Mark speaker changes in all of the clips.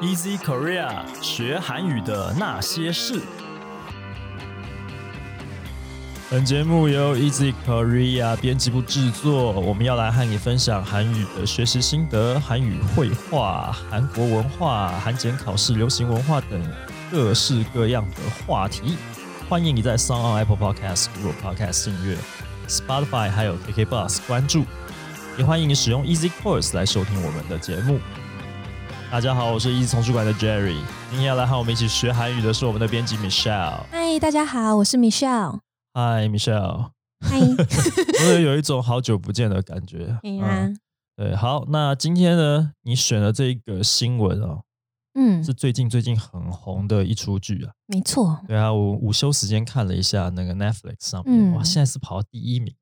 Speaker 1: Easy Korea 学韩语的那些事。本节目由 Easy Korea 编辑部制作，我们要来和你分享韩语的学习心得、韩语绘画、韩国文化、韩检考试、流行文化等各式各样的话题。欢迎你在 s o n on Apple Podcast、Google Podcast 订阅、Spotify 还有 KK Bus 关注，也欢迎你使用 Easy Course 来收听我们的节目。大家好，我是一从书馆的 Jerry，今天要来和我们一起学韩语的是我们的编辑 Michelle。
Speaker 2: 嗨，大家好，我是 Michelle。
Speaker 1: 嗨，Michelle，
Speaker 2: 嗨，
Speaker 1: 我也有一种好久不见的感 觉。嗯
Speaker 2: 哎
Speaker 1: 啊
Speaker 2: 呀，
Speaker 1: 对，好，那今天呢，你选的这个新闻哦，
Speaker 2: 嗯，
Speaker 1: 是最近最近很红的一出剧啊。
Speaker 2: 没错，
Speaker 1: 对啊，我午休时间看了一下那个 Netflix 上面，
Speaker 2: 嗯
Speaker 1: 哇，现在是跑到第一名。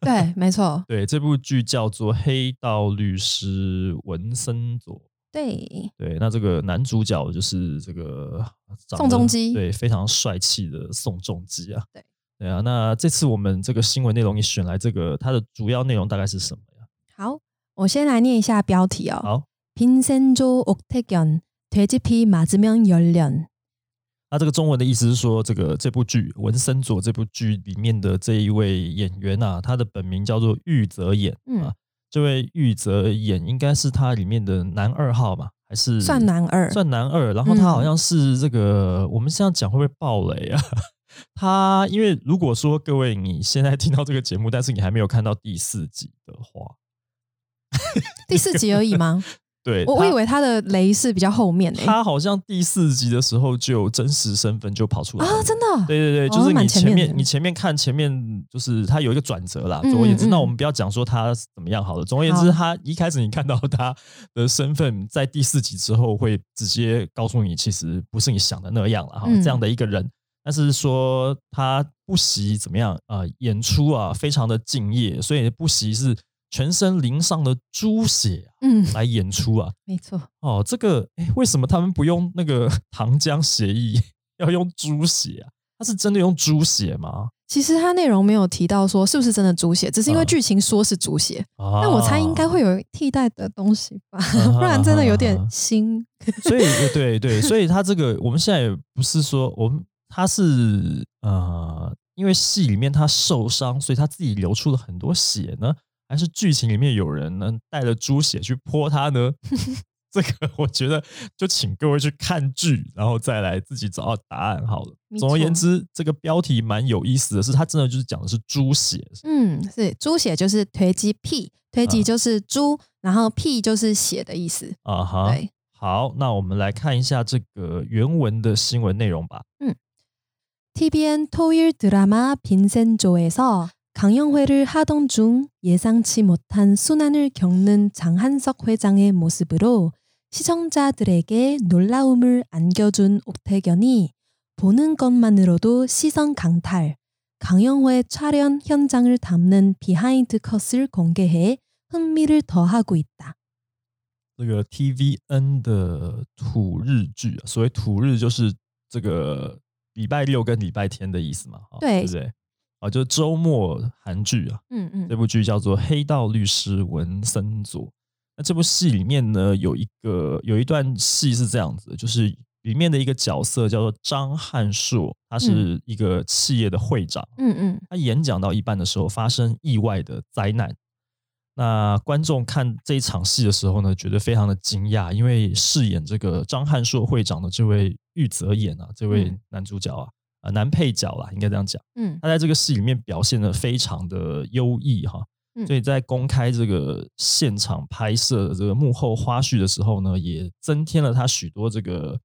Speaker 2: 对，没错，
Speaker 1: 对，这部剧叫做《黑道律师文森佐》。
Speaker 2: 对，
Speaker 1: 对，那这个男主角就是这个长
Speaker 2: 宋
Speaker 1: 得
Speaker 2: 仲基
Speaker 1: 对，非常帅气的宋仲基啊。
Speaker 2: 对，
Speaker 1: 对啊。那这次我们这个新闻内容，你选来这个，它的主要内容大概是什么呀？
Speaker 2: 好，我先来念一下标题哦。
Speaker 1: 好，
Speaker 2: 빈센조 옥태견 돼지피 맞으면 열련。
Speaker 1: 那这个中文的意思是说，这个这部剧《文森佐》这部剧里面的这一位演员啊，他的本名叫做玉泽演、
Speaker 2: 嗯
Speaker 1: 啊。这位玉泽演应该是他里面的男二号嘛，还是
Speaker 2: 算男二
Speaker 1: 嗯算男二。然后他好
Speaker 2: 嗯
Speaker 1: 像是这个，我们这样讲会不会爆雷啊？ 他因为如果说各位你现在听到这个节目，但是你还没有看到第四集的话，
Speaker 2: 第四集而已吗？
Speaker 1: 对，
Speaker 2: 我
Speaker 1: 他
Speaker 2: 我以为他的雷是比较后面欸啊诶、
Speaker 1: 他好像第四集的时候就有真实身份就跑出来了
Speaker 2: 啊，真的，
Speaker 1: 对对对，
Speaker 2: 哦
Speaker 1: 就是
Speaker 2: 蛮
Speaker 1: 你
Speaker 2: 前
Speaker 1: 前
Speaker 2: 面
Speaker 1: 面
Speaker 2: 的
Speaker 1: 你前面看前面就是它有一个转折啦。
Speaker 2: 嗯
Speaker 1: 总而言之，
Speaker 2: 嗯
Speaker 1: 那我们不要讲说他怎么样好了。总而言之，他一开始你看到他的身份在第四集之后会直接告诉你，其实不是你想的那样了哈，
Speaker 2: 嗯
Speaker 1: 这样的一个人。但是说他不惜怎么样呃，演出啊非常的敬业，所以不惜是全身淋上了猪血啊
Speaker 2: 嗯，
Speaker 1: 来演出啊。
Speaker 2: 没错，
Speaker 1: 哦，这个哎，诶为什么他们不用那个 糖浆协议，要用猪血啊？他是真的用猪血吗？
Speaker 2: 其实它内容没有提到说是不是真的猪血，只是因为
Speaker 1: 嗯
Speaker 2: 剧情说是猪血，
Speaker 1: 啊，
Speaker 2: 但我猜应该。会有替代的东西吧， 不然真的有
Speaker 1: 啊
Speaker 2: 点新。
Speaker 1: 所以呃对对，所以他这个我们现在也不是说我们他是呃，因为戏里面他受伤，所以他自己流出了很多血呢，还是剧情里面有人呢带了猪血去泼他呢？ 这个我觉得就请各位去看剧，然后再来自己找到答案好了
Speaker 2: 没。
Speaker 1: 总而言
Speaker 2: 错
Speaker 1: 之，这个标题蛮有意思的是，它真的就是讲的是猪血，
Speaker 2: 嗯，是猪血就是推鸡屁，推鸡
Speaker 1: 嗯
Speaker 2: 就是猪，然后屁就是血的意思。
Speaker 1: 啊哈。
Speaker 2: 对，
Speaker 1: 好，那我们来看一下这个原文的新闻内容吧。
Speaker 2: TVN 토일 드라마 빈센조에서 강영회를 하던 중 예상치 못한 순환을 겪는 장한석 회장의 모습으로 시청자들에게 놀라움을 안겨준 옥태견이 보는 것만으로도 시선 강탈, 강영회 촬영 현장을 담는 비하인드 컷을 공개해 흥미를 더하고 있다.
Speaker 1: 这个 TVN 的土日剧、啊，所谓土日就是这个礼拜六跟礼拜天的意思嘛，哦
Speaker 2: 对
Speaker 1: 对不对？啊，就是周末韩剧啊，
Speaker 2: 음, 음.
Speaker 1: 这部剧叫做《黑道律师文森佐》。那这部戏里面呢，有一个有一段戏是这样子的，就是里面的一个角色叫做张汉硕，他是一个企业的会长，啊
Speaker 2: 음, 음.
Speaker 1: 他演讲到一半的时候发生意外的灾难。那观众看这一场戏的时候呢，觉得非常的惊讶，因为饰演这个张汉硕会长的这位玉泽演啊，这位
Speaker 2: 嗯
Speaker 1: 男主角啊，啊、男配角啦，应该这样讲，
Speaker 2: 음.
Speaker 1: 他在这个戏里面表现的非常的优异哈。
Speaker 2: 嗯
Speaker 1: 所以在公开这个现场拍摄的这个幕后花絮的时候呢，也增添了他许多这个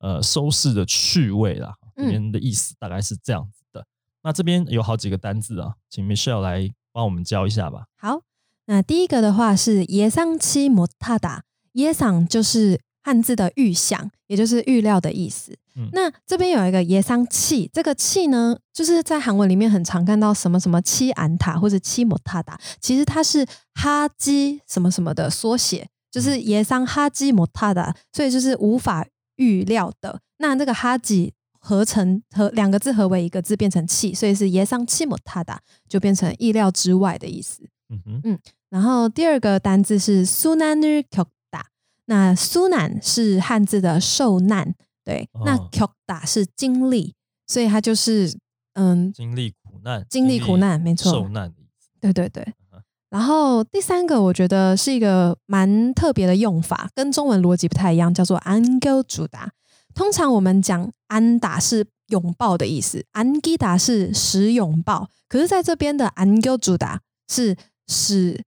Speaker 1: 呃收视的趣味啦。这
Speaker 2: 嗯
Speaker 1: 边的意思大概是这样子的。那这边有好几个单字啊，请 Michelle 来帮我们教一下吧。
Speaker 2: 好，那第一个的话是예상치못하다，예상就是汉字的预想，也就是预料的意思。
Speaker 1: 嗯
Speaker 2: 那这边有一个예상치，这个치呢，就是在韩文里面很常看到什么什么치安塔或者치 못하다，其实它是哈基什么什么的缩写，就是예상하지못하다，所以就是无法预料的。那这个哈基。合成和两个字合为一个字变成气，所以是예상치못하다，就变成意料之外的意思。
Speaker 1: 嗯哼，
Speaker 2: 然后第二个单字是苏南日 d a 那苏难是汉字的受难，对，那
Speaker 1: 哦
Speaker 2: k y o d a 是经历，所以它就是嗯
Speaker 1: 经历苦难，
Speaker 2: 经历苦难，没错，
Speaker 1: 受难的意思。
Speaker 2: 对对对
Speaker 1: 嗯哼。
Speaker 2: 然后第三个，我觉得是一个蛮特别的用法，跟中文逻辑不太一样，叫做安 n 主达。通常我们讲安打是拥抱的意思，安基达是使拥抱，可是在这边的安 n 主达是使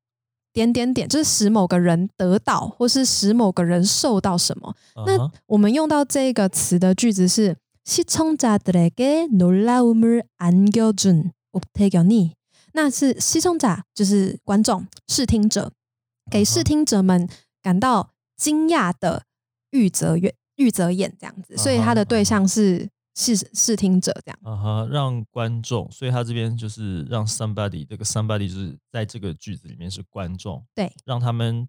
Speaker 2: 点点点，就是使某个人得到，或是使某个人受到什么。那
Speaker 1: 啊
Speaker 2: 我们用到这个词的句子是시청자들에게놀라움을안겨준옥태견이。那是시청자就是观众、视听者，给视听者们感到惊讶的玉泽远、玉泽演这样子，所以他的对象是视视听者这样。
Speaker 1: 哈啊哈，让观众，所以他这边就是让 somebody，这个 somebody 就是在这个句子里面是观众，
Speaker 2: 对，
Speaker 1: 让他们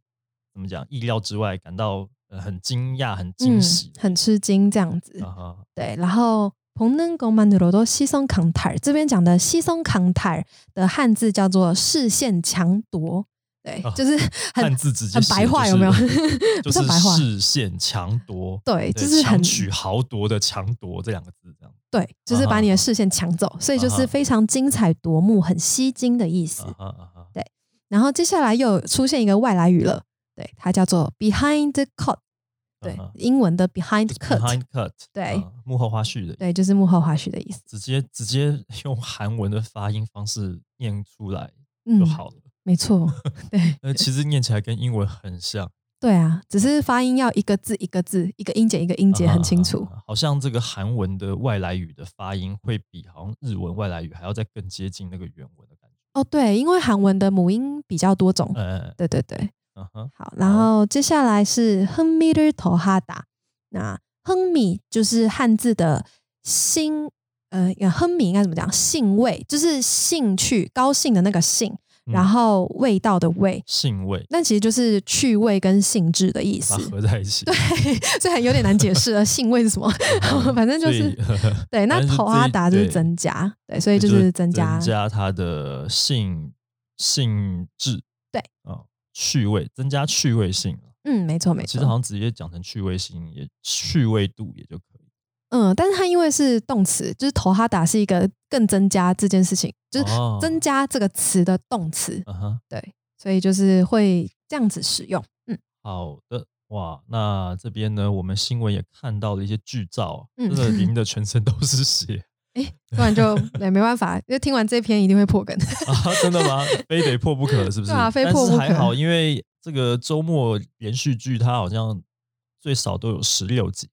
Speaker 1: 怎么讲，意料之外，感到呃很惊讶、很惊
Speaker 2: 嗯
Speaker 1: 喜，，
Speaker 2: 很吃惊这样子。
Speaker 1: 啊哈，
Speaker 2: 对，然后복는것만으로도시선강탈这边讲的시선강탈的汉字叫做视线强夺，对，
Speaker 1: 哦
Speaker 2: 就是很
Speaker 1: 汉字直接
Speaker 2: 很白话
Speaker 1: 写就
Speaker 2: 有没有
Speaker 1: 是
Speaker 2: 不
Speaker 1: 就
Speaker 2: 算
Speaker 1: 是
Speaker 2: 白话
Speaker 1: 视线强夺，
Speaker 2: 对，
Speaker 1: 对
Speaker 2: 就是
Speaker 1: 强
Speaker 2: 很
Speaker 1: 取啊豪夺的强夺这两个字，这样
Speaker 2: 对，就是把你的视线抢走，所以就
Speaker 1: 啊哈
Speaker 2: 是非常精彩夺目、很吸睛的意思
Speaker 1: 啊。哈啊哈，
Speaker 2: 然后接下来又有出现一个外来语了，对，它叫做 behind the cut，对
Speaker 1: 啊哈，
Speaker 2: 英文的 behind
Speaker 1: 就是
Speaker 2: cut，
Speaker 1: behind cut，
Speaker 2: 对
Speaker 1: 啊幕后花絮的意思
Speaker 2: 对，就是幕后花絮的意思。
Speaker 1: 直接直接 用韩文的发音方式念出来
Speaker 2: 嗯
Speaker 1: 就，好了。
Speaker 2: 没错，对
Speaker 1: 呃，其实念起来跟英文很像，
Speaker 2: 对啊，只是发音要一个字一个字，一个音节一个音节很清楚。
Speaker 1: 啊好像这个韩文的外来语的发音会比好像日文外来语还要再更接近那个原文的感觉。
Speaker 2: 哦，对，因为韩文的母音比较多种，
Speaker 1: 呃，
Speaker 2: 对对对。
Speaker 1: 嗯哼，
Speaker 2: 好，然后接下来是亨米日头哈达。那亨米就是汉字的兴，呃，亨米应该怎么讲？兴味就是兴趣、高兴的那个兴，
Speaker 1: 嗯
Speaker 2: 然后味道的味，
Speaker 1: 性味
Speaker 2: 那其实就是趣味跟性质的意思
Speaker 1: 把它。合在一起， 嗯
Speaker 2: 所以有点难解释了，兴味是什么？反正就是
Speaker 1: 所以
Speaker 2: 对，
Speaker 1: 反
Speaker 2: 那
Speaker 1: 正是
Speaker 2: 头哈
Speaker 1: 这一
Speaker 2: 达就是
Speaker 1: 对
Speaker 2: 增加，对，所以就是增加，
Speaker 1: 增加它的性性质，
Speaker 2: 对
Speaker 1: 啊，趣味增加趣味性啊。
Speaker 2: 嗯，没错没
Speaker 1: 其实好
Speaker 2: 错，
Speaker 1: 像直接讲成趣味性也趣味度也就可以。
Speaker 2: 嗯，但是它因为是动词，就是头哈达是一个更增加这件事情，就是
Speaker 1: 哦
Speaker 2: 增加这个词的动词，
Speaker 1: 嗯哼，
Speaker 2: 对，所以就是会这样子使用。嗯，
Speaker 1: 好的，哇，那这边呢，我们新闻也看到了一些剧照，啊
Speaker 2: 嗯
Speaker 1: 真的淋的全身都是血
Speaker 2: 不然就对，没办法，因为听完这篇一定会破梗。
Speaker 1: 啊！真的吗？非得破不可，是不是？
Speaker 2: 对啊非破不可
Speaker 1: 但是还好，因为这个周末连续剧它好像最少都有十六集，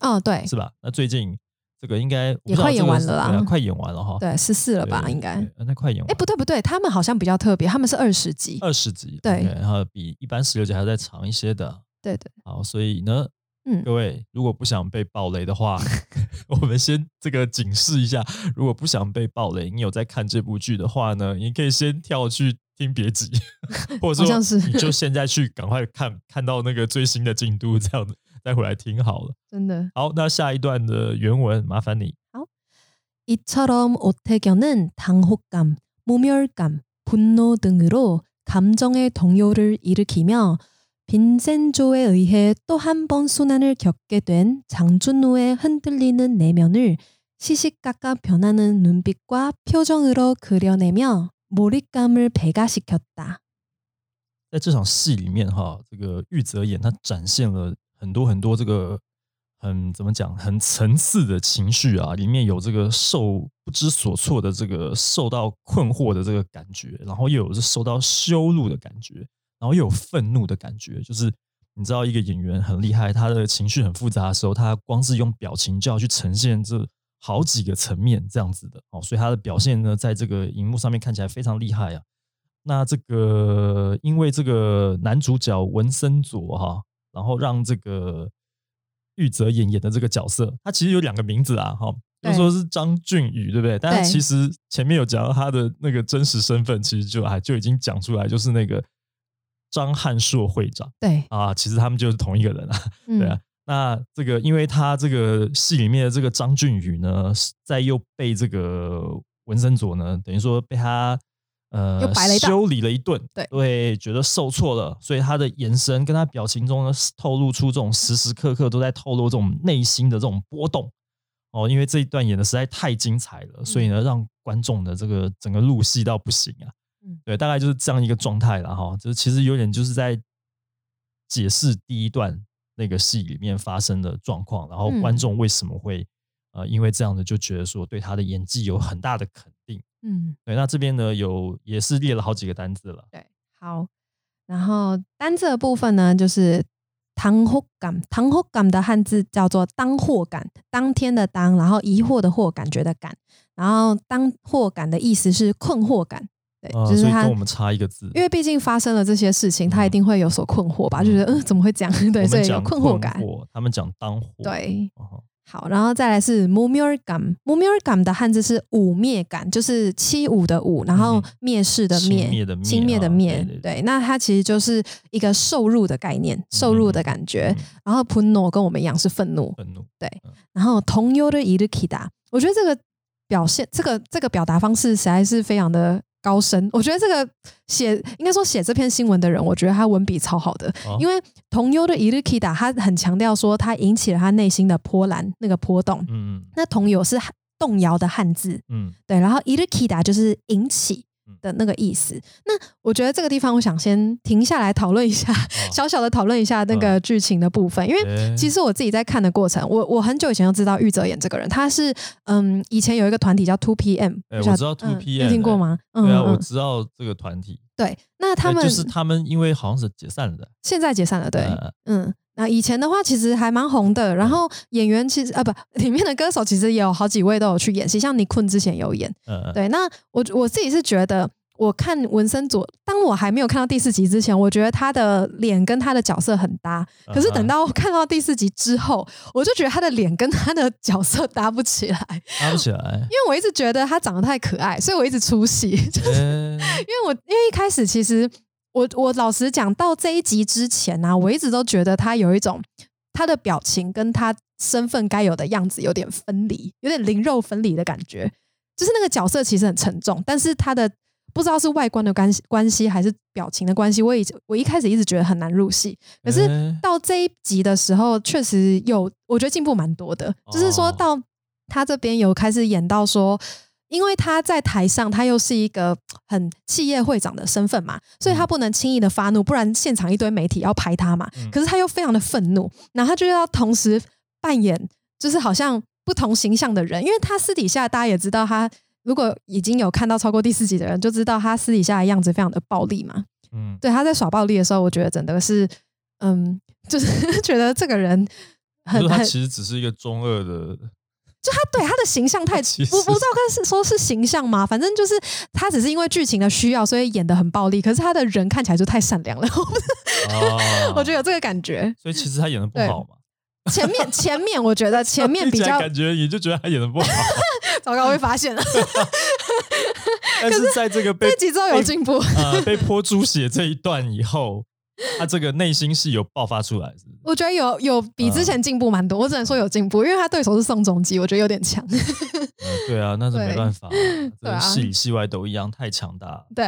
Speaker 2: 哦，对
Speaker 1: 是吧？那最近这个应该我不
Speaker 2: 也
Speaker 1: 知道
Speaker 2: 快演
Speaker 1: 这个
Speaker 2: 完
Speaker 1: 是
Speaker 2: 了啦
Speaker 1: 对啊快演完了哈。
Speaker 2: 对，十四了
Speaker 1: 对，
Speaker 2: 吧？应该，
Speaker 1: 对
Speaker 2: 哎，
Speaker 1: 呃那快演完了。
Speaker 2: 不对不对，他们好像比较特别，他们是二十集，
Speaker 1: 二十集，
Speaker 2: 对
Speaker 1: OK，然后比一般十六集还要再长一些的。
Speaker 2: 对对，
Speaker 1: 好，所以呢，
Speaker 2: 嗯
Speaker 1: 各位如果不想被暴雷的话， 我们先这个警示一下，如果不想被暴雷，你有在看这部剧的话呢，你可以先跳去听别集， 或者
Speaker 2: 好像
Speaker 1: 说
Speaker 2: 是
Speaker 1: 你就现在去赶快看看到那个最新的进度，这样子再回来听好了。
Speaker 2: 真的。
Speaker 1: 好，那下一段的原文麻烦你。
Speaker 2: 이처럼 오태견은 당혹감, 모멸감, 분노 등으로 감정의 동요를 일으키며 빈센조에 의해 또 한 번 순환을 겪게 된 장준호의 흔들리는 내면을 시시각각 변하는 눈빛과 표정으로 그려내며 몰입감을 배가시켰다.
Speaker 1: 在这场戏里面哈，这个玉泽演他展现了很多很多这个很怎么讲很层次的情绪啊，里面有这个受不知所措的这个受到困惑的这个感觉，然后又有是受到羞辱的感觉，然后又有愤怒的感觉，就是。你知道一个演员很厉害，他的情绪很复杂的时候，他光是用表情就要去呈现这好几个层面这样子的哦，所以他的表现呢，在这个荧幕上面看起来非常厉害啊。那这个因为这个男主角文森佐哈、然后让这个玉泽演演的这个角色，他其实有两个名字啊哈、就
Speaker 2: 对
Speaker 1: 说是张俊宇，对不对？但他
Speaker 2: 对
Speaker 1: 其实前面有讲到他的那个真实身份，其实就哎就已经讲出来，就是那个张汉硕会长
Speaker 2: 对，
Speaker 1: 啊，其实他们就是同一个人啊。
Speaker 2: 嗯，
Speaker 1: 对啊，那这个因为他这个戏里面的这个张俊宇呢，是在又被这个文森佐呢，等于说被他呃
Speaker 2: 又白了一道
Speaker 1: 修理了一顿，
Speaker 2: 对
Speaker 1: 对，觉得受挫了，所以他的眼神跟他表情中呢，透露出这种时时刻刻都在透露这种内心的这种波动。哦，因为这一段演的实在太精彩了，所以呢，让观众的这个整个入戏到不行啊。
Speaker 2: 嗯
Speaker 1: 对，大概就是这样一个状态了哈。就是其实有点就是在解释第一段那个戏里面发生的状况，然后
Speaker 2: 嗯
Speaker 1: 观众为什么会、呃因为这样的就觉得说对他的演技有很大的肯定。
Speaker 2: 嗯，
Speaker 1: 对，那这边呢有也是列了好几个单字了。
Speaker 2: 对，好。然后单字的部分呢，就是당혹감당혹감的汉字叫做当惑感，当天的当，然后疑惑的惑，感觉的感。然后当惑感的意思是困惑感，对，
Speaker 1: 啊，
Speaker 2: 就
Speaker 1: 所
Speaker 2: 是
Speaker 1: 以
Speaker 2: 他
Speaker 1: 跟我们差一个字，
Speaker 2: 因为毕竟发生了这些事情，他一定会有所困惑吧，就觉得嗯怎么会这样？ 对，
Speaker 1: 我
Speaker 2: 所
Speaker 1: 们
Speaker 2: 以有
Speaker 1: 讲
Speaker 2: 困惑感。
Speaker 1: 惑他们讲当火，
Speaker 2: 对，
Speaker 1: 嗯哼，
Speaker 2: 好，然后再来是 m u m i r g a m m u m i r g a m 的汉字是污蔑感，就是欺侮的侮，然后
Speaker 1: 嗯
Speaker 2: 蔑视的
Speaker 1: 轻
Speaker 2: 蔑，
Speaker 1: 蔑的蔑
Speaker 2: 轻蔑的
Speaker 1: 啊
Speaker 2: 蔑。
Speaker 1: 对对对
Speaker 2: 对，那它其实就是一个受辱的概念，受辱的感觉。
Speaker 1: 嗯
Speaker 2: 然后 puno 跟我们一样是愤怒，
Speaker 1: 愤怒，
Speaker 2: 然后同忧的 i r k i d a 我觉得这个表现，这个这个表达方式实在是非常的高深。我觉得这个写，应该说写这篇新闻的人，我觉得他文笔超好的，
Speaker 1: 哦
Speaker 2: 因为同忧的 i r k i d a 他很强调说，他引起了他内心的波澜，那个波动。
Speaker 1: 嗯
Speaker 2: 那同忧是动摇的汉字，
Speaker 1: 嗯
Speaker 2: 对，然后 i r k i d a 就是引起
Speaker 1: 嗯。
Speaker 2: 的那个意思。那我觉得这个地方，我想先停下来讨论一下，
Speaker 1: 哦
Speaker 2: 小小的讨论一下那个剧情的部分，因为
Speaker 1: 嗯，
Speaker 2: 其
Speaker 1: 实
Speaker 2: 实我自己在看的过程，我我很久以前就知道玉泽演这个人，他是嗯，以前有一个团体叫 Two PM，
Speaker 1: 哎
Speaker 2: 不晓得
Speaker 1: 我知道 2PM
Speaker 2: 嗯、你听过吗？嗯
Speaker 1: 对啊，我
Speaker 2: 嗯嗯
Speaker 1: 知道这个团体，
Speaker 2: 对，那他们、
Speaker 1: 对就是他们，因为好像是解散了的，
Speaker 2: 现在解散了，对，
Speaker 1: 呃
Speaker 2: 嗯。那以前的话，其实还蛮红
Speaker 1: 嗯
Speaker 2: 的。然后演员其实啊，不，里面的歌手其实也有好几位都有去演戏，像尼坤之前有演。
Speaker 1: 呃，
Speaker 2: 对，那我我自己是觉得，我看文森佐，当我还没有看到第四集之前，我觉得他的脸跟他的角色很搭。
Speaker 1: 嗯
Speaker 2: 可是等
Speaker 1: 哼
Speaker 2: 到看到第四集之后，我就觉得他的脸跟他的 角色搭不起来，因
Speaker 1: 搭不起来，
Speaker 2: 为我一直觉得他长得太可爱，所以我一直出戏。 就
Speaker 1: 哎
Speaker 2: 因为我因为一开始其实我我老实讲，到这一集之前呢、啊我一直都觉得他有一种他的表情跟他身份该有的样子有点分离，有点灵肉分离的感觉。就是那个角色其实很沉重，但是他的不知道是外观的关系关系还是表情的关系，我以我一开始一直觉得很难入戏， 可是
Speaker 1: 哎
Speaker 2: 到这一集的时候，确实有我觉得进步蛮多的，就是说
Speaker 1: 哦
Speaker 2: 到他这边有开始演到说。因为他在台上，他又是一个很企业会长的身份嘛，所以他不能轻易的发怒，不然现场一堆媒体要拍他嘛。
Speaker 1: 嗯
Speaker 2: 可是他又非常的愤怒，然后他就要同时扮演，就是好像不同形象的人，因为他私底下大家也知道他。如果已经有看到超过第四集的人，就知道他私底下的样子非常的暴力嘛。
Speaker 1: 嗯，
Speaker 2: 对，他在耍暴力的时候，我觉得真的是，嗯，就是 觉得这个人很
Speaker 1: 就是他
Speaker 2: 很，
Speaker 1: 其实只是一个中二 的，
Speaker 2: 就他对他的形象太，我
Speaker 1: 其实
Speaker 2: 我不知道该是说是形象吗？反正就是他只是因为剧情的需要，所以演的很暴力，可是他的人看起来就太善良了， 我不知
Speaker 1: 啊
Speaker 2: 道我觉得有这个感觉。
Speaker 1: 所以其实他演的不
Speaker 2: 对
Speaker 1: 好嘛，
Speaker 2: 前面前面我觉得前面
Speaker 1: 听
Speaker 2: 比
Speaker 1: 起来
Speaker 2: 较
Speaker 1: 感觉你就觉得他演的 不好，
Speaker 2: 糟糕，被发现了，
Speaker 1: 但是在这个被
Speaker 2: 这集之后有进步。
Speaker 1: 呃被泼猪血这一段以后，他这个内心戏有爆发出来，是不是？
Speaker 2: 我觉得有有比之
Speaker 1: 嗯
Speaker 2: 前进步蛮多，我只能说有进步，因为他对手是宋仲基，我觉得有点强。
Speaker 1: 呃对啊，那是没
Speaker 2: 对
Speaker 1: 办法啊，这
Speaker 2: 对啊
Speaker 1: 个戏里戏外都一样，太强大了。
Speaker 2: 对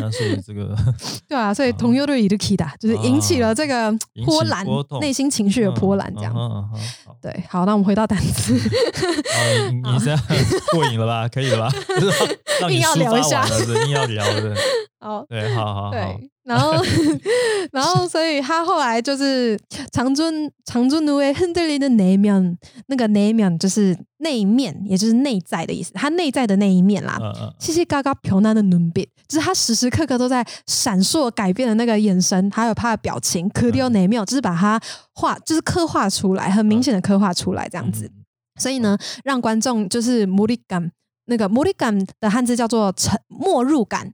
Speaker 1: 那所以这 个嗯
Speaker 2: 对啊，所以同忧对 i r k i d a 就是引起了这个
Speaker 1: 啊引起
Speaker 2: 波澜
Speaker 1: 波动，
Speaker 2: 内心情绪的波澜，这样。
Speaker 1: 嗯嗯嗯嗯好
Speaker 2: 对，好，那我们回到单词。
Speaker 1: 哦， 你你这样 过瘾了吧？可以了吧？让你
Speaker 2: 啊硬
Speaker 1: 抒
Speaker 2: 要聊一
Speaker 1: 发
Speaker 2: 下
Speaker 1: 完了，是硬要聊的。
Speaker 2: 好，
Speaker 1: 对，好好嗯好，
Speaker 2: 对，然后然后，所以他后来就是长尊长尊奴为亨德利的内面，那个内面就是内面，也就是内在的意思，他内在的那一面啦。
Speaker 1: 嗯嗯，
Speaker 2: 谢谢嘎嘎朴南的눈빛，就是他时时刻刻都在闪烁改变的那个眼神，还有他的表情，可
Speaker 1: 嗯
Speaker 2: 雕内妙，就是把它画，就是刻画出来，很明显的刻画出来这样子。
Speaker 1: 嗯
Speaker 2: 所以呢，让观众就是무리感，那个무리感的汉字叫做沉没入感，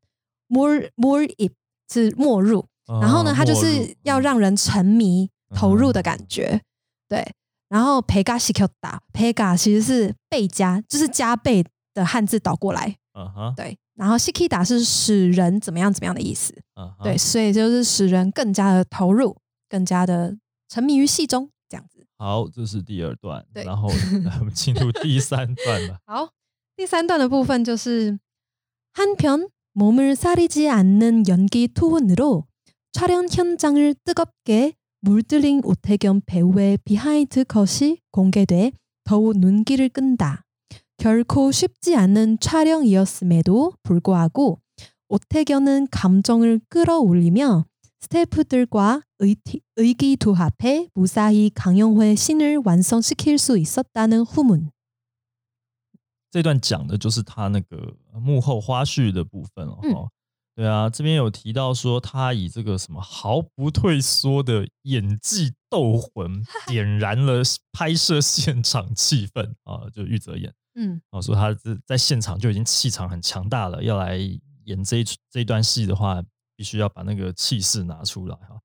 Speaker 2: 물 r 입是没入，
Speaker 1: 嗯
Speaker 2: 然后呢，它就
Speaker 1: 没入嗯
Speaker 2: 是要让人沉迷投入的感觉，对。然后陪嘎西 Q 打陪嘎其实是倍加，就是加倍的汉字倒过来，
Speaker 1: 嗯哼，
Speaker 2: 对。然后 siki 打是使人怎么样怎么样的意思，
Speaker 1: 嗯哼
Speaker 2: 对，。所以就是使人更加的投入，更加的沉迷于戏中，这样子。
Speaker 1: 好，这是第二段，
Speaker 2: 对
Speaker 1: 然后呃我们进入第三段了。
Speaker 2: 好，第三段的部分就是한편 몸을 사리지 않는 연기 투혼으로 촬영 현장을 뜨겁게 물들인 오태경 배우의 비하인드 컷이 공개돼 더욱 눈길을 끈다. 결코 쉽지 않은 촬영이었음에도 불구하고 오태경은 감정을 끌어올리며 스태프들과 의티- 의기투합해 무사히 강영호의 신을 완성시킬 수 있었다는 후문.
Speaker 1: 这段讲的就是他那个幕后花絮的部分哦。
Speaker 2: 嗯
Speaker 1: 哦对啊，这边有提到说他以这个什么毫不退缩的演技斗 魂，点燃了拍摄现场气氛啊！就玉泽演
Speaker 2: 嗯
Speaker 1: 啊，说他这在现场就已经气场很强大了，要来演这一出这一段戏的话，必须要把那个气势拿出来哈。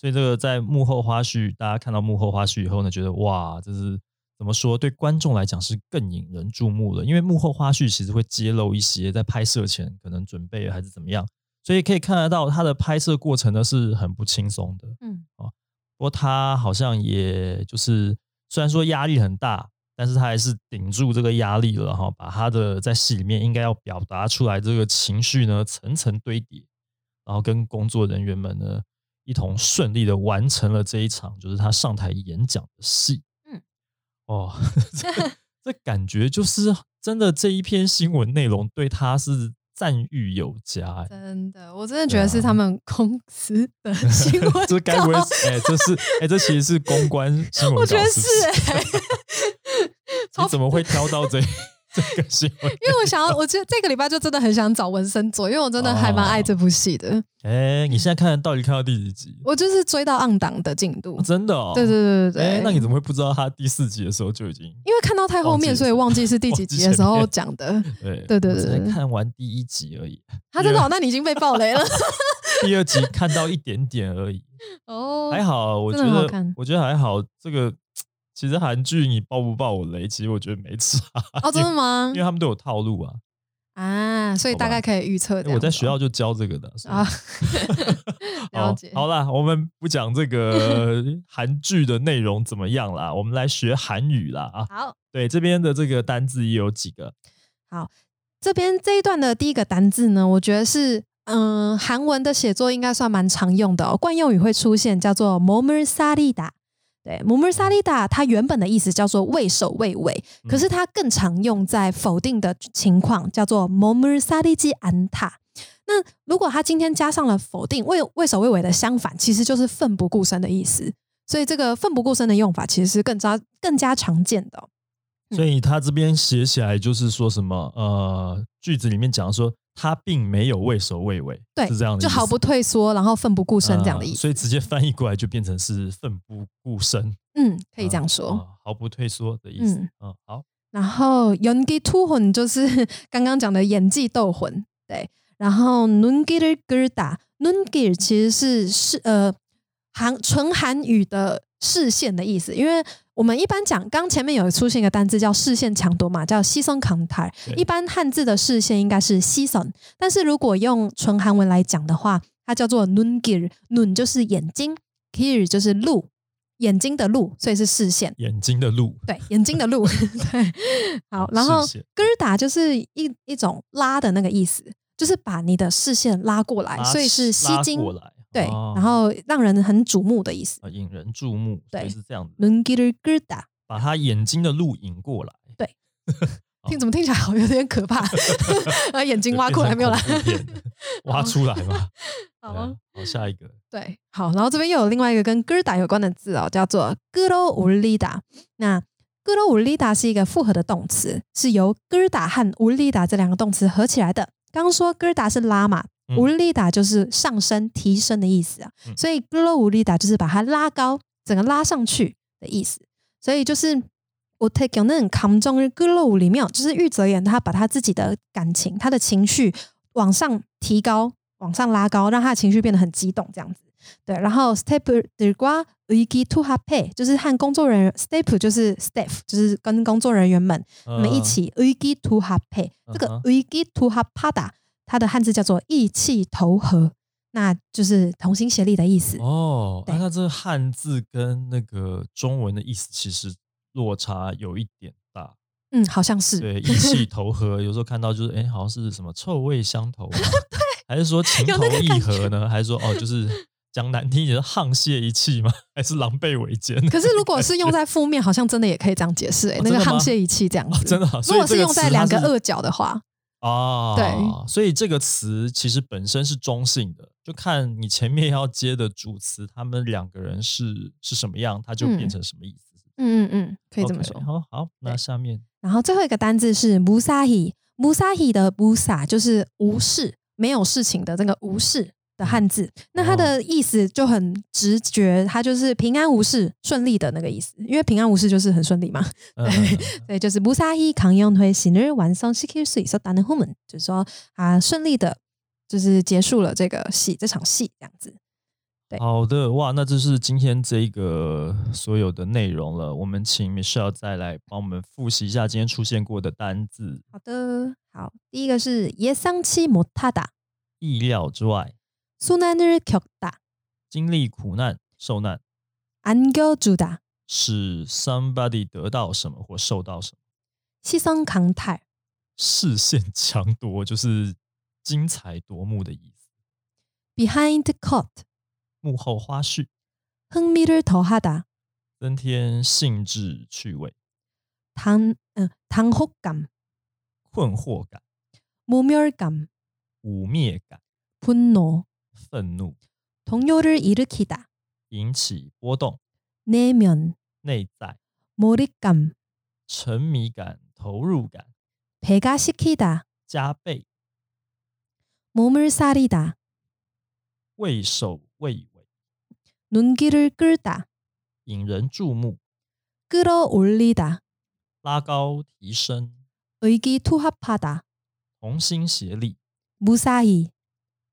Speaker 1: 所以这个在幕后花絮，大家看到幕后花絮以后呢，觉得哇，这是怎么说？对观众来讲是更引人注目的，因为幕后花絮其实会揭露一些在拍摄前可能准备还是怎么样，所以可以看得到他的拍摄过程呢是很不轻松的。
Speaker 2: 嗯
Speaker 1: 不过他好像也就是虽然说压力很大，但是他还是顶住这个压力了哈，把他的在戏里面应该要表达出来这个情绪呢层层堆叠，然后跟工作人员们呢一同顺利的完成了这一场就是他上台演讲的戏。
Speaker 2: 嗯，
Speaker 1: 哦， 这这感觉就是真的这一篇新闻内容对他是赞誉有加、哎
Speaker 2: 真的，我真的
Speaker 1: 觉得是他
Speaker 2: 们公司的新闻
Speaker 1: 啊 这该不会是哎、这是哎、这其实是公关新闻稿，
Speaker 2: 我觉得
Speaker 1: 是
Speaker 2: 是
Speaker 1: 不是
Speaker 2: 哎、
Speaker 1: 你怎么会挑到这 这个新闻？
Speaker 2: 因为我想要，我觉得这个礼拜就真的很想找文森佐，因为我真的还
Speaker 1: 哦
Speaker 2: 蛮爱这部戏的。
Speaker 1: 哎、你现在看到底看到第几集？
Speaker 2: 我就是追到暗档的进度。
Speaker 1: 哦真的哦，
Speaker 2: 对对对对对。
Speaker 1: 哎、那你怎么会不知道他第四集的时候就已经？
Speaker 2: 因为看到太后
Speaker 1: 忘记
Speaker 2: 面，
Speaker 1: 了
Speaker 2: 所以忘记是第几集的时
Speaker 1: 忘
Speaker 2: 候
Speaker 1: 记
Speaker 2: 讲的。
Speaker 1: 对
Speaker 2: 对对
Speaker 1: 我
Speaker 2: 对
Speaker 1: 只能
Speaker 2: 对
Speaker 1: 看完第一集而已，
Speaker 2: 他真的好，那你已经被爆雷了。
Speaker 1: 第二集看到一点点而已，
Speaker 2: 哦，
Speaker 1: 还好，我觉
Speaker 2: 真的很好
Speaker 1: 得
Speaker 2: 看
Speaker 1: 我觉得还好。这个其实韩剧你爆不爆我雷，其实我觉得没差，
Speaker 2: 哦，真的吗
Speaker 1: 因为？他们都有套路啊。
Speaker 2: 啊，所以大概可以预测
Speaker 1: 因
Speaker 2: 这
Speaker 1: 为
Speaker 2: 样
Speaker 1: 我
Speaker 2: 子
Speaker 1: 在学
Speaker 2: 哦
Speaker 1: 校就教这个的，所以，
Speaker 2: 啊了
Speaker 1: 好
Speaker 2: 解。
Speaker 1: 好啦，我们不讲这个 韩剧的内容怎么样啦，我们来学韩语啦啊。
Speaker 2: 好，
Speaker 1: 对，这边的这个单字也有几个，
Speaker 2: 这边这一段的第一个单字呢，我觉得是嗯，韩文的写作应该算蛮常用的、哦，惯用语会出现，叫做 “momer salida”。对，“momer salida” 它原本的意思叫做畏首畏尾，
Speaker 1: 嗯
Speaker 2: 可是它更常用在否定的情况，叫做 “momer salidi anta”。那如果它今天加上了否定，畏畏首畏尾的相反，其实就是奋不顾身的意思。所以这个奋不顾身的用法，其实是更加更加常见的哦、嗯
Speaker 1: 所以他这边写起来就是说什么呃，句子里面讲说他并没有畏首畏尾，
Speaker 2: 对，
Speaker 1: 是这样的意
Speaker 2: 就
Speaker 1: 思，啊
Speaker 2: 毫不退缩，然后奋不顾
Speaker 1: 顾
Speaker 2: 身这样的意思。
Speaker 1: 所以直接翻译过来就变成是奋不顾身，
Speaker 2: 嗯，可以
Speaker 1: 啊
Speaker 2: 这样说。
Speaker 1: 啊毫不退缩的意思。
Speaker 2: 嗯
Speaker 1: 嗯，好，
Speaker 2: 然后연기투혼就是刚刚讲的演技斗魂，对。然后눈길을끌다눈길其实是是呃韩纯韩语的视线的意思，因为我们一般讲，刚前面有出现一个单字叫视线抢夺嘛，叫西松康泰
Speaker 1: 对。
Speaker 2: 一般汉字的视线应该是西松，但是如果用纯韩文来讲的话，它叫做눈길，눈就是眼睛，길就是路，眼睛的路，所以是视线。
Speaker 1: 眼睛的路，
Speaker 2: 对，眼睛的路， 对，好，然
Speaker 1: 视
Speaker 2: 后
Speaker 1: 线
Speaker 2: 疙瘩就是一一种拉的那个意思，就是把你的视线拉过来，
Speaker 1: 拉
Speaker 2: 哎所以是吸
Speaker 1: 拉
Speaker 2: 睛，
Speaker 1: 过来，
Speaker 2: 对，
Speaker 1: 哦
Speaker 2: 然后让人很瞩目的意思。
Speaker 1: 啊引人注目，所以
Speaker 2: 对
Speaker 1: 是这样的，
Speaker 2: 눈길을끌다，
Speaker 1: 把他眼睛的路引过来，好
Speaker 2: 听怎么听起来好有点 可怕， 啊，眼睛挖
Speaker 1: 就
Speaker 2: 过来没
Speaker 1: 变
Speaker 2: 有
Speaker 1: 成恐
Speaker 2: 啦？
Speaker 1: 怖片 挖出来嘛。对啊
Speaker 2: 好，
Speaker 1: 好，下一个，
Speaker 2: 对，好，然后这边又有另外一个跟끌다有关的字哦，叫做끌어올리다。那끌어올리다是一个复合的动词，是由끌다和올리다这两个动词合起来的。刚说끌다是拉嘛，
Speaker 1: 嗯
Speaker 2: 올리다就是上升、提升的意思啊，
Speaker 1: 嗯
Speaker 2: 所以끌어올리다就是把它拉高，整个拉上去的意思。所以就是我 take on 那种감정을끌어올리며，就是哦玉泽演他把他自己的感情、他的情绪往上提高、往上拉高，让他的情绪变得很激动这样子。对，然后 step 的瓜 i g to h a p 就是和工作人员 step 就是 staff 就是跟工作人员们我们一
Speaker 1: 呃
Speaker 2: 起 의기 투합해。这个
Speaker 1: 嗯嗯哼
Speaker 2: 의기 투합하다，它的汉字叫做意气投合，那就是同心协力的意思。
Speaker 1: 哦，
Speaker 2: 对
Speaker 1: 啊那这汉字跟那个中文的意思其实落差有一点大，
Speaker 2: 嗯，好像是。
Speaker 1: 对，意气投合，有时候看到就是，哎、好像是什么臭味相投、 啊，对，还是说情
Speaker 2: 有
Speaker 1: 投
Speaker 2: 那个
Speaker 1: 意
Speaker 2: 感
Speaker 1: 合呢？还是说哦，就是讲难听一点，沆瀣一气吗？ 还是狼狈为奸？
Speaker 2: 可是如果是用在负面，好像真的也可以这样解释、欸，
Speaker 1: 哦
Speaker 2: 那个
Speaker 1: 真的吗
Speaker 2: 沆瀣一气这样
Speaker 1: 哦
Speaker 2: 子。
Speaker 1: 真的啊、
Speaker 2: 如
Speaker 1: 所以
Speaker 2: 果
Speaker 1: 这
Speaker 2: 是用
Speaker 1: 词
Speaker 2: 在
Speaker 1: 它
Speaker 2: 两个
Speaker 1: 是
Speaker 2: 恶角的话，
Speaker 1: 哦，
Speaker 2: 对，
Speaker 1: 所以这个词其实本身是中性的，就看你前面要接的主词，他们两个人是是什么样，它就变
Speaker 2: 嗯
Speaker 1: 成什么意思。
Speaker 2: 嗯嗯嗯，可以这么
Speaker 1: OK，
Speaker 2: 说。
Speaker 1: 好好，那
Speaker 2: 对
Speaker 1: 下 面
Speaker 2: 然后最后一个单字是 musahi。musahi 的 musa 就是无事，没有事情的这个无事的汉字。那它
Speaker 1: 哦
Speaker 2: 的意思就很直觉，它就是平安无事、顺利的那个意思。因为平安无事就是很顺利嘛。
Speaker 1: 嗯，嗯嗯
Speaker 2: 对，就是 musahi 강연회 신을 완성시킬수 있었다는 후문，就是说啊，顺利的，就是结束了这个戏，这场戏这样子。对
Speaker 1: 好的，哇，那这是今天这个所有的内容了。我们请 Michelle 再来帮我们复习一下今天出现过的单字：
Speaker 2: 好的，好，第一个是예상치못하다，
Speaker 1: 意料之外、
Speaker 2: 소난을 겪다,
Speaker 1: 经历苦难、受难，
Speaker 2: 안겨주다,
Speaker 1: 使 somebody 得到什么或受到什么；
Speaker 2: 시선 강탈,
Speaker 1: 视线 强夺，就是精彩夺目的意思；
Speaker 2: behind caught,
Speaker 1: 幕后花絮，
Speaker 2: 흥미를 더하다,
Speaker 1: 增添兴致趣味；
Speaker 2: 당, 어, 당혹감,
Speaker 1: 困惑感、
Speaker 2: 모멸감,
Speaker 1: 污蔑感、
Speaker 2: 분노,
Speaker 1: 愤怒，
Speaker 2: 동요를 일으키다,
Speaker 1: 引起波动，
Speaker 2: 내면,
Speaker 1: 内在。
Speaker 2: 몰입감,
Speaker 1: 沉迷感、投入感
Speaker 2: 배가 시키다,
Speaker 1: 加倍，
Speaker 2: 몸을 사리다,
Speaker 1: 畏首畏尾，
Speaker 2: 눈길을 끌다,
Speaker 1: 引人注目，
Speaker 2: 끌어올리다,
Speaker 1: 拉高提升，
Speaker 2: 의기투합하다,
Speaker 1: 同心协力，
Speaker 2: 무사히.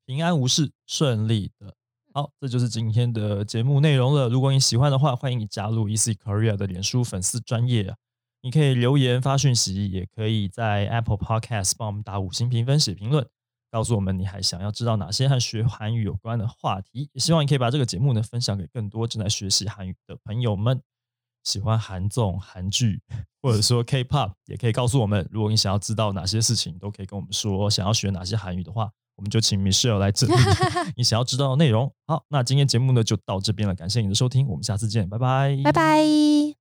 Speaker 1: 平安无事，顺利的。好，这就是今天的节目内容了。如果你喜欢的话，欢迎你加入 EC Korea 的脸书粉丝专业。你可以留言发讯息，也可以在 Apple Podcast 帮我们打五星评分、写评论，告诉我们你还想要知道哪些和学韩语有关的话题。也希望你可以把这个节目呢分享给更多正在学习韩语的朋友们。喜欢韩综、韩剧或者说 K-pop，也可以告诉我们。如果你想要知道哪些事情，都可以跟我们说。想要学哪些韩语的话，我们就请 Michelle 来 整理你想要知道 음. 的内容。好，那今天节目呢就到这边了，感谢你的收听，我们下次见，拜拜，
Speaker 2: 拜拜。